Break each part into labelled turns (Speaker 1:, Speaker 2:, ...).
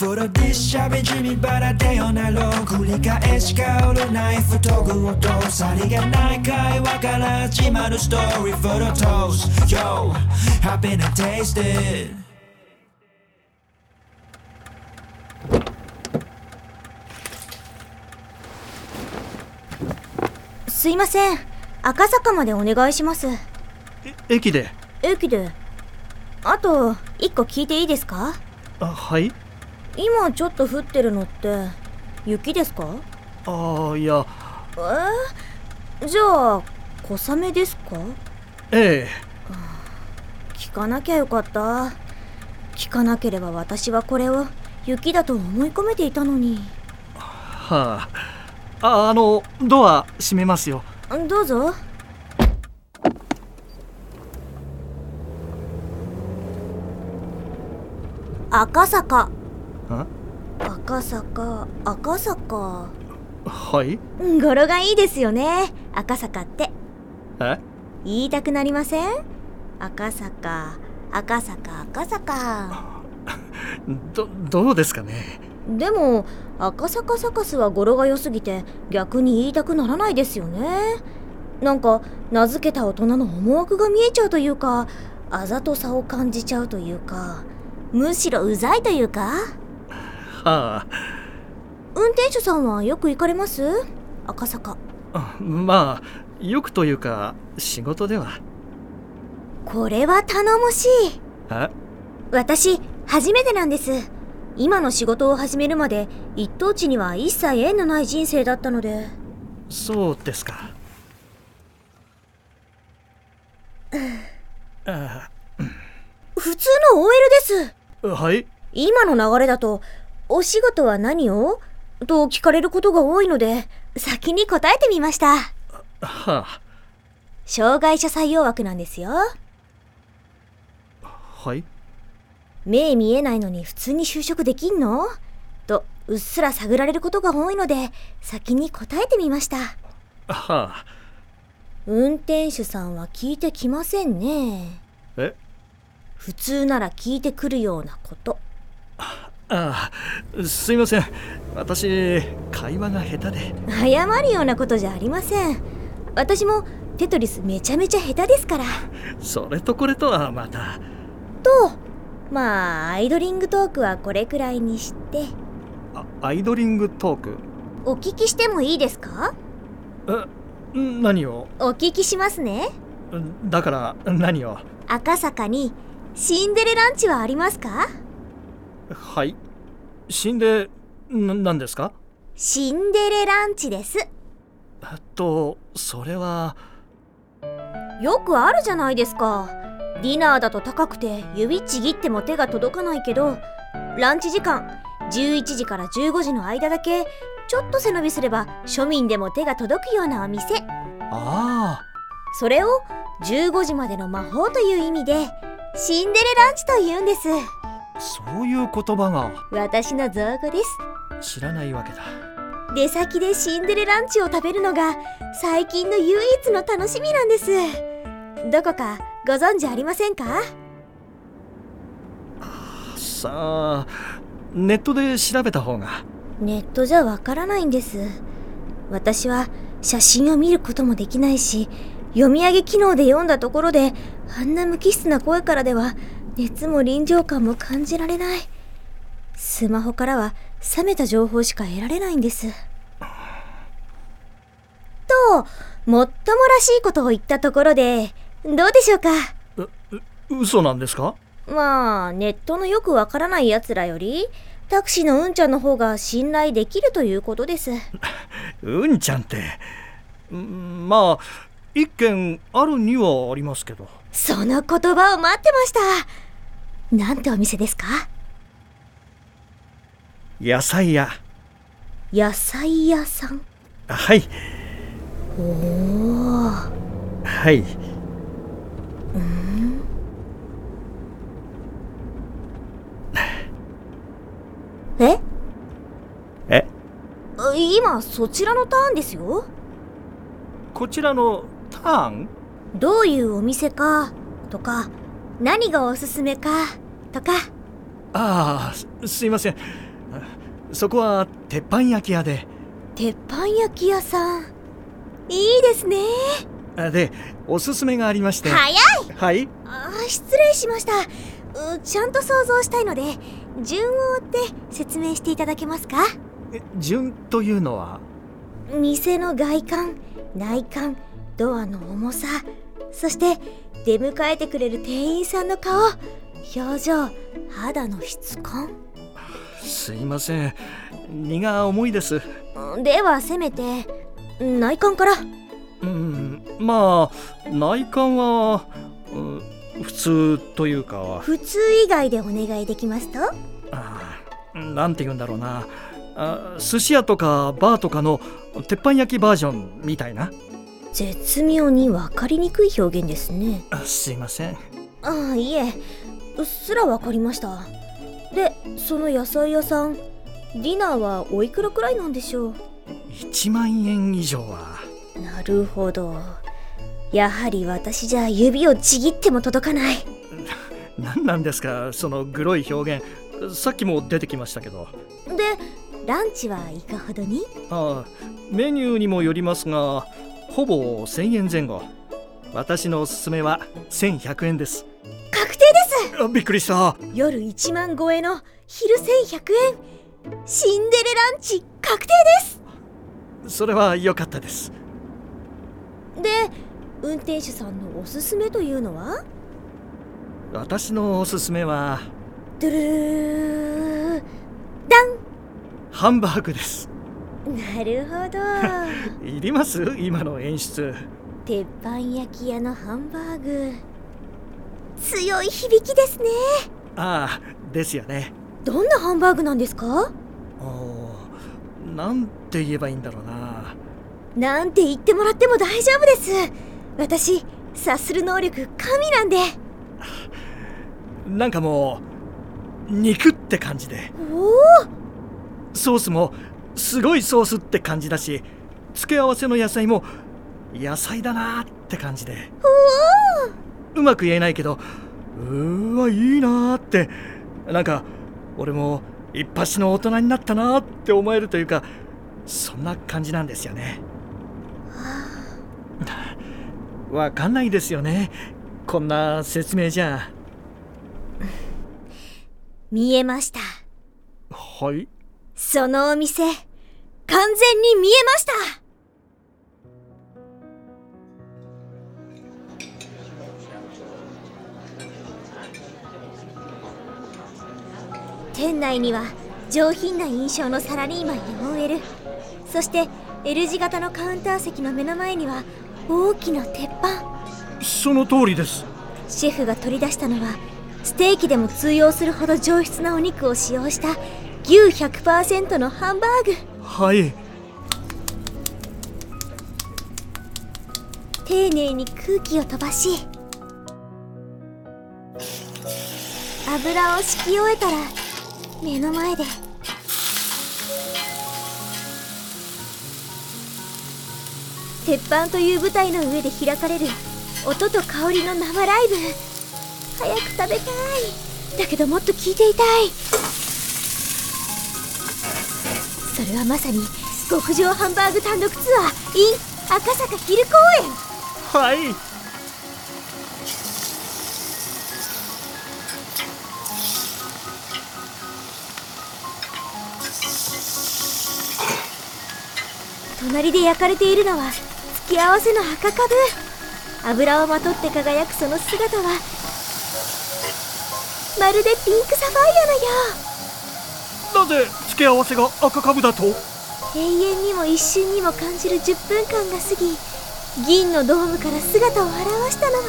Speaker 1: 風呂ディッシャベ地味バラでよなろう繰り返し香るナイフ研ぐ音さりげない会話から始まるストーリー風呂トース Yo happy and tasted
Speaker 2: すいません赤坂までお願いします
Speaker 3: え駅で
Speaker 2: 駅であと1個聞いていいですか
Speaker 3: あはい
Speaker 2: 今ちょっと降ってるのって雪ですか
Speaker 3: ああいや
Speaker 2: えー、じゃあ小雨ですか
Speaker 3: ええ
Speaker 2: 聞かなきゃよかった聞かなければ私はこれを雪だと思い込めていたのに
Speaker 3: はあああのドア閉めますよ
Speaker 2: どうぞ赤坂
Speaker 3: ん
Speaker 2: 赤坂赤坂
Speaker 3: はい
Speaker 2: うん語呂がいいですよね赤坂って
Speaker 3: え
Speaker 2: 言いたくなりません赤坂赤坂赤坂
Speaker 3: どどうですかね
Speaker 2: でも赤坂サカスは語呂が良すぎて逆に言いたくならないですよねなんか名付けた大人の思惑が見えちゃうというかあざとさを感じちゃうというかむしろうざいというか
Speaker 3: は
Speaker 2: 運転手さんはよく行かれます赤坂
Speaker 3: ああまあよくというか仕事では
Speaker 2: これは頼もしい
Speaker 3: え
Speaker 2: 私初めてなんです今の仕事を始めるまで一等地には一切縁のない人生だったので
Speaker 3: そうですかあ
Speaker 2: 普通の OL です
Speaker 3: あはい
Speaker 2: 今の流れだと「お仕事は何を?」と聞かれることが多いので先に答えてみました
Speaker 3: は
Speaker 2: 障害者採用枠なんですよ
Speaker 3: あはい
Speaker 2: 目見えないのに普通に就職できんのとうっすら探られることが多いので先に答えてみました
Speaker 3: はあ
Speaker 2: 運転手さんは聞いてきませんね
Speaker 3: え
Speaker 2: 普通なら聞いてくるようなこと
Speaker 3: ああすいません私会話が下手で
Speaker 2: 謝るようなことじゃありません私もテトリスめちゃめちゃ下手ですから
Speaker 3: それとこれとはまた
Speaker 2: とまあアイドリングトークはこれくらいにして
Speaker 3: あアイドリングトーク
Speaker 2: お聞きしてもいいですか
Speaker 3: えん何を
Speaker 2: お聞きしますね
Speaker 3: んだから何を
Speaker 2: 赤坂にシンデレランチはありますか
Speaker 3: はい死んでな何ですか
Speaker 2: シンデレランチです
Speaker 3: えっとそれは
Speaker 2: よくあるじゃないですかディナーだと高くて指ちぎっても手が届かないけどランチ時間11時から15時の間だけちょっと背伸びすれば庶民でも手が届くようなお店
Speaker 3: あ
Speaker 2: それを15時までの魔法という意味でシンデレランチと言うんです
Speaker 3: あそういう言葉が
Speaker 2: 私の造語です
Speaker 3: 知らないわけだ
Speaker 2: 出先でシンデレランチを食べるのが最近の唯一の楽しみなんですどこかご存知ありませんか
Speaker 3: さあネットで調べた方が
Speaker 2: ネットじゃわからないんです私は写真を見ることもできないし読み上げ機能で読んだところであんな無機質な声からでは熱も臨場感も感じられないスマホからは冷めた情報しか得られないんですともっともらしいことを言ったところでどうでしょうか
Speaker 3: 嘘なんですか
Speaker 2: まあネットのよくわからない奴らよりタクシーのうんちゃんの方が信頼できるということです
Speaker 3: うんちゃんってうんまあ一件あるにはありますけど
Speaker 2: その言葉を待ってましたなんてお店ですか
Speaker 3: 野菜屋
Speaker 2: 野菜屋さん
Speaker 3: はい
Speaker 2: おお
Speaker 3: はい
Speaker 2: え
Speaker 3: え
Speaker 2: 今そちらのターンですよ
Speaker 3: こちらのターン
Speaker 2: どういうお店かとか何がおすすめかとか
Speaker 3: ああすすいませんそこは鉄板焼き屋で
Speaker 2: 鉄板焼き屋さんいいですね
Speaker 3: あでおすすめがありまして
Speaker 2: 早い
Speaker 3: はい
Speaker 2: あー失礼しましたうちゃんと想像したいので順を追って説明していただけますか
Speaker 3: え順というのは
Speaker 2: 店の外観内観ドアの重さそして出迎えてくれる店員さんの顔表情肌の質感
Speaker 3: すいません荷が重いです
Speaker 2: ではせめて内観から
Speaker 3: うんまあ内観は、うん普通というか
Speaker 2: 普通以外でお願いできますと
Speaker 3: あーなんて言うんだろうなあ寿司屋とかバーとかの鉄板焼きバージョンみたいな
Speaker 2: 絶妙に分かりにくい表現ですね
Speaker 3: あすいません
Speaker 2: ああいえうっすら分かりましたでその野菜屋さんディナーはおいくらくらいなんでしょう
Speaker 3: 1万円以上は
Speaker 2: なるほどやはり私じゃ指をちぎっても届かない
Speaker 3: 何なんですかそのグロい表現さっきも出てきましたけど
Speaker 2: でランチはいかほどに
Speaker 3: ああメニューにもよりますがほぼ1000円前後私のおすすめは1100円です
Speaker 2: 確定です
Speaker 3: あびっくりした
Speaker 2: 夜1万超えの昼1100円シンデレランチ確定です
Speaker 3: それは良かったです
Speaker 2: で運転手さんのおすすめというのは
Speaker 3: 私のおすすめは
Speaker 2: ドゥルルルダン
Speaker 3: ハンバーグです
Speaker 2: なるほど
Speaker 3: いります今の演出
Speaker 2: 鉄板焼き屋のハンバーグ強い響きですね
Speaker 3: ああですよね
Speaker 2: どんなハンバーグなんですか
Speaker 3: おーなんて言えばいいんだろうな
Speaker 2: なんて言ってもらっても大丈夫です私察する能力神なんで
Speaker 3: なんかもう肉って感じで
Speaker 2: おお
Speaker 3: ソースもすごいソースって感じだし付け合わせの野菜も野菜だなーって感じでうまく言えないけどうーわいいなーってなんか俺も一発の大人になったなーって思えるというかそんな感じなんですよねわかんないですよねこんな説明じゃ
Speaker 2: 見えました
Speaker 3: はい
Speaker 2: そのお店完全に見えました店内には上品な印象のサラリーマン MOL そして L 字型のカウンター席の目の前には大きな鉄板
Speaker 3: その通りです
Speaker 2: シェフが取り出したのはステーキでも通用するほど上質なお肉を使用した牛100%のハンバーグ
Speaker 3: はい
Speaker 2: 丁寧に空気を飛ばし油を敷き終えたら目の前で鉄板という舞台の上で開かれる音と香りの生ライブ早く食べたいだけどもっと聞いていたいそれはまさに極上ハンバーグ単独ツアー in 赤坂ヒル公園
Speaker 3: はい
Speaker 2: 隣で焼かれているのは付き合わせの赤かぶ油をまとって輝くその姿はまるでピンクサファイアのよ
Speaker 3: なぜ付け合わせが赤株だと
Speaker 2: う永遠にも一瞬にも感じる10分間が過ぎ銀のドームから姿を現したのは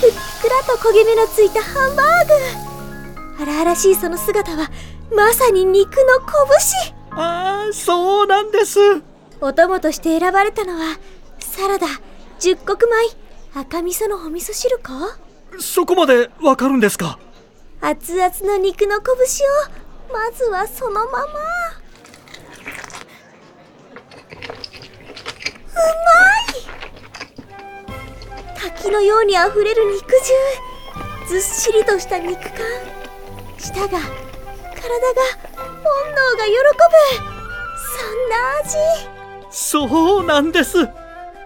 Speaker 2: ふっくらと焦げ目のついたハンバーグ荒々しいその姿はまさに肉の拳
Speaker 3: ああそうなんです
Speaker 2: お供として選ばれたのはサラダ十穀米赤味噌のお味噌汁か
Speaker 3: そこまでわかるんですか
Speaker 2: 熱々の肉の拳をまずはそのままうまい滝のようにあふれる肉汁ずっしりとした肉感舌が体が本能が喜ぶそんな味
Speaker 3: そうなんです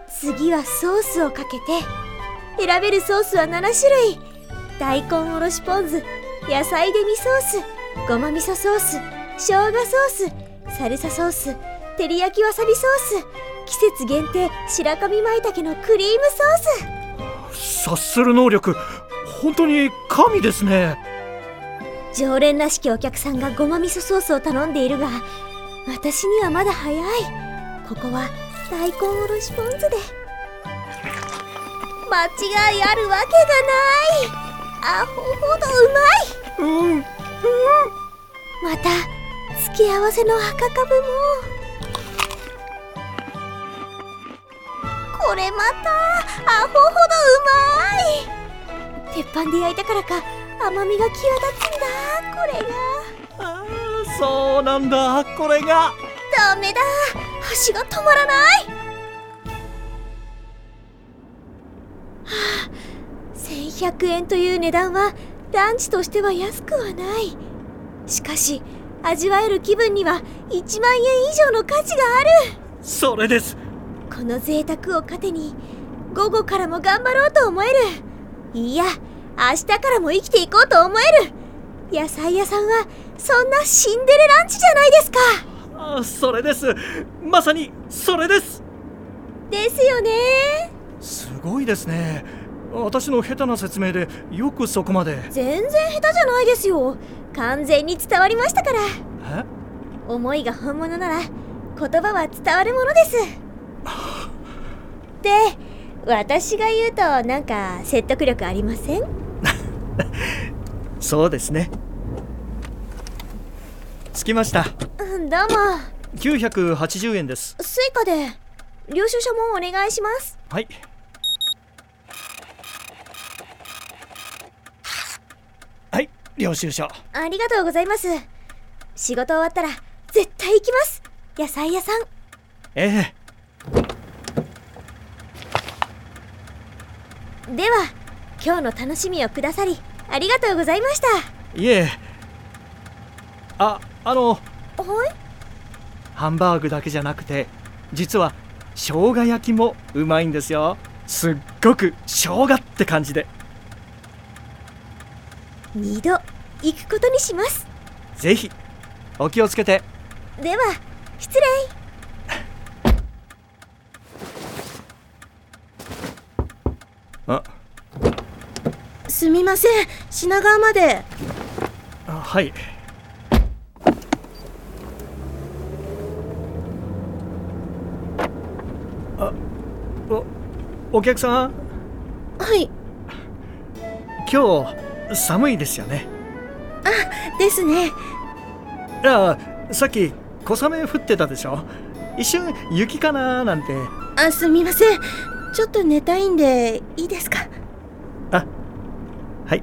Speaker 2: 次はソースをかけて選べるソースは7種類大根おろしポン酢野菜でみソースごま味噌ソース生姜ソースサルサソース照り焼きわさびソース季節限定白神舞茸のクリームソース
Speaker 3: 察する能力本当に神ですね
Speaker 2: 常連らしきお客さんがごま味噌ソースを頼んでいるが私にはまだ早いここは大根おろしポン酢で間違いあるわけがないアホほどうまい
Speaker 3: うん
Speaker 2: また付け合わせの赤かぶもこれまたアホほどうまい鉄板で焼いたからか甘みが際立つんだこれが
Speaker 3: あーそうなんだこれが
Speaker 2: ダメだ箸が止まらないはあ1100円という値段はランチとしては安くはないしかし味わえる気分には1万円以上の価値がある
Speaker 3: それです
Speaker 2: この贅沢を糧に午後からも頑張ろうと思えるいや明日からも生きていこうと思える野菜屋さんはそんなシンデレランチじゃないですか
Speaker 3: あーそれですまさにそれです
Speaker 2: ですよね
Speaker 3: すごいですね私の下手な説明でよくそこまで
Speaker 2: 全然下手じゃないですよ完全に伝わりましたから
Speaker 3: え
Speaker 2: 思いが本物なら言葉は伝わるものですで私が言うとなんか説得力ありません
Speaker 3: そうですね着きました
Speaker 2: うんどうも
Speaker 3: 980円です
Speaker 2: スイカで領収書もお願いします
Speaker 3: はいはい領収書
Speaker 2: ありがとうございます仕事終わったら絶対行きます野菜屋さん
Speaker 3: ええ
Speaker 2: では今日の楽しみをくださりありがとうございました
Speaker 3: いえああの
Speaker 2: はい
Speaker 3: ハンバーグだけじゃなくて実は生姜焼きもうまいんですよすっごく生姜って感じで
Speaker 2: 二度行くことにします
Speaker 3: ぜひお気をつけて
Speaker 2: では失礼
Speaker 3: あ
Speaker 2: すみません品川まで
Speaker 3: あはいあおお客さん
Speaker 2: はい
Speaker 3: 今日寒いですよね
Speaker 2: ですね
Speaker 3: ああさっき小雨降ってたでしょ一瞬雪かなーなんて
Speaker 2: あすみませんちょっと寝たいんでいいですか
Speaker 3: はい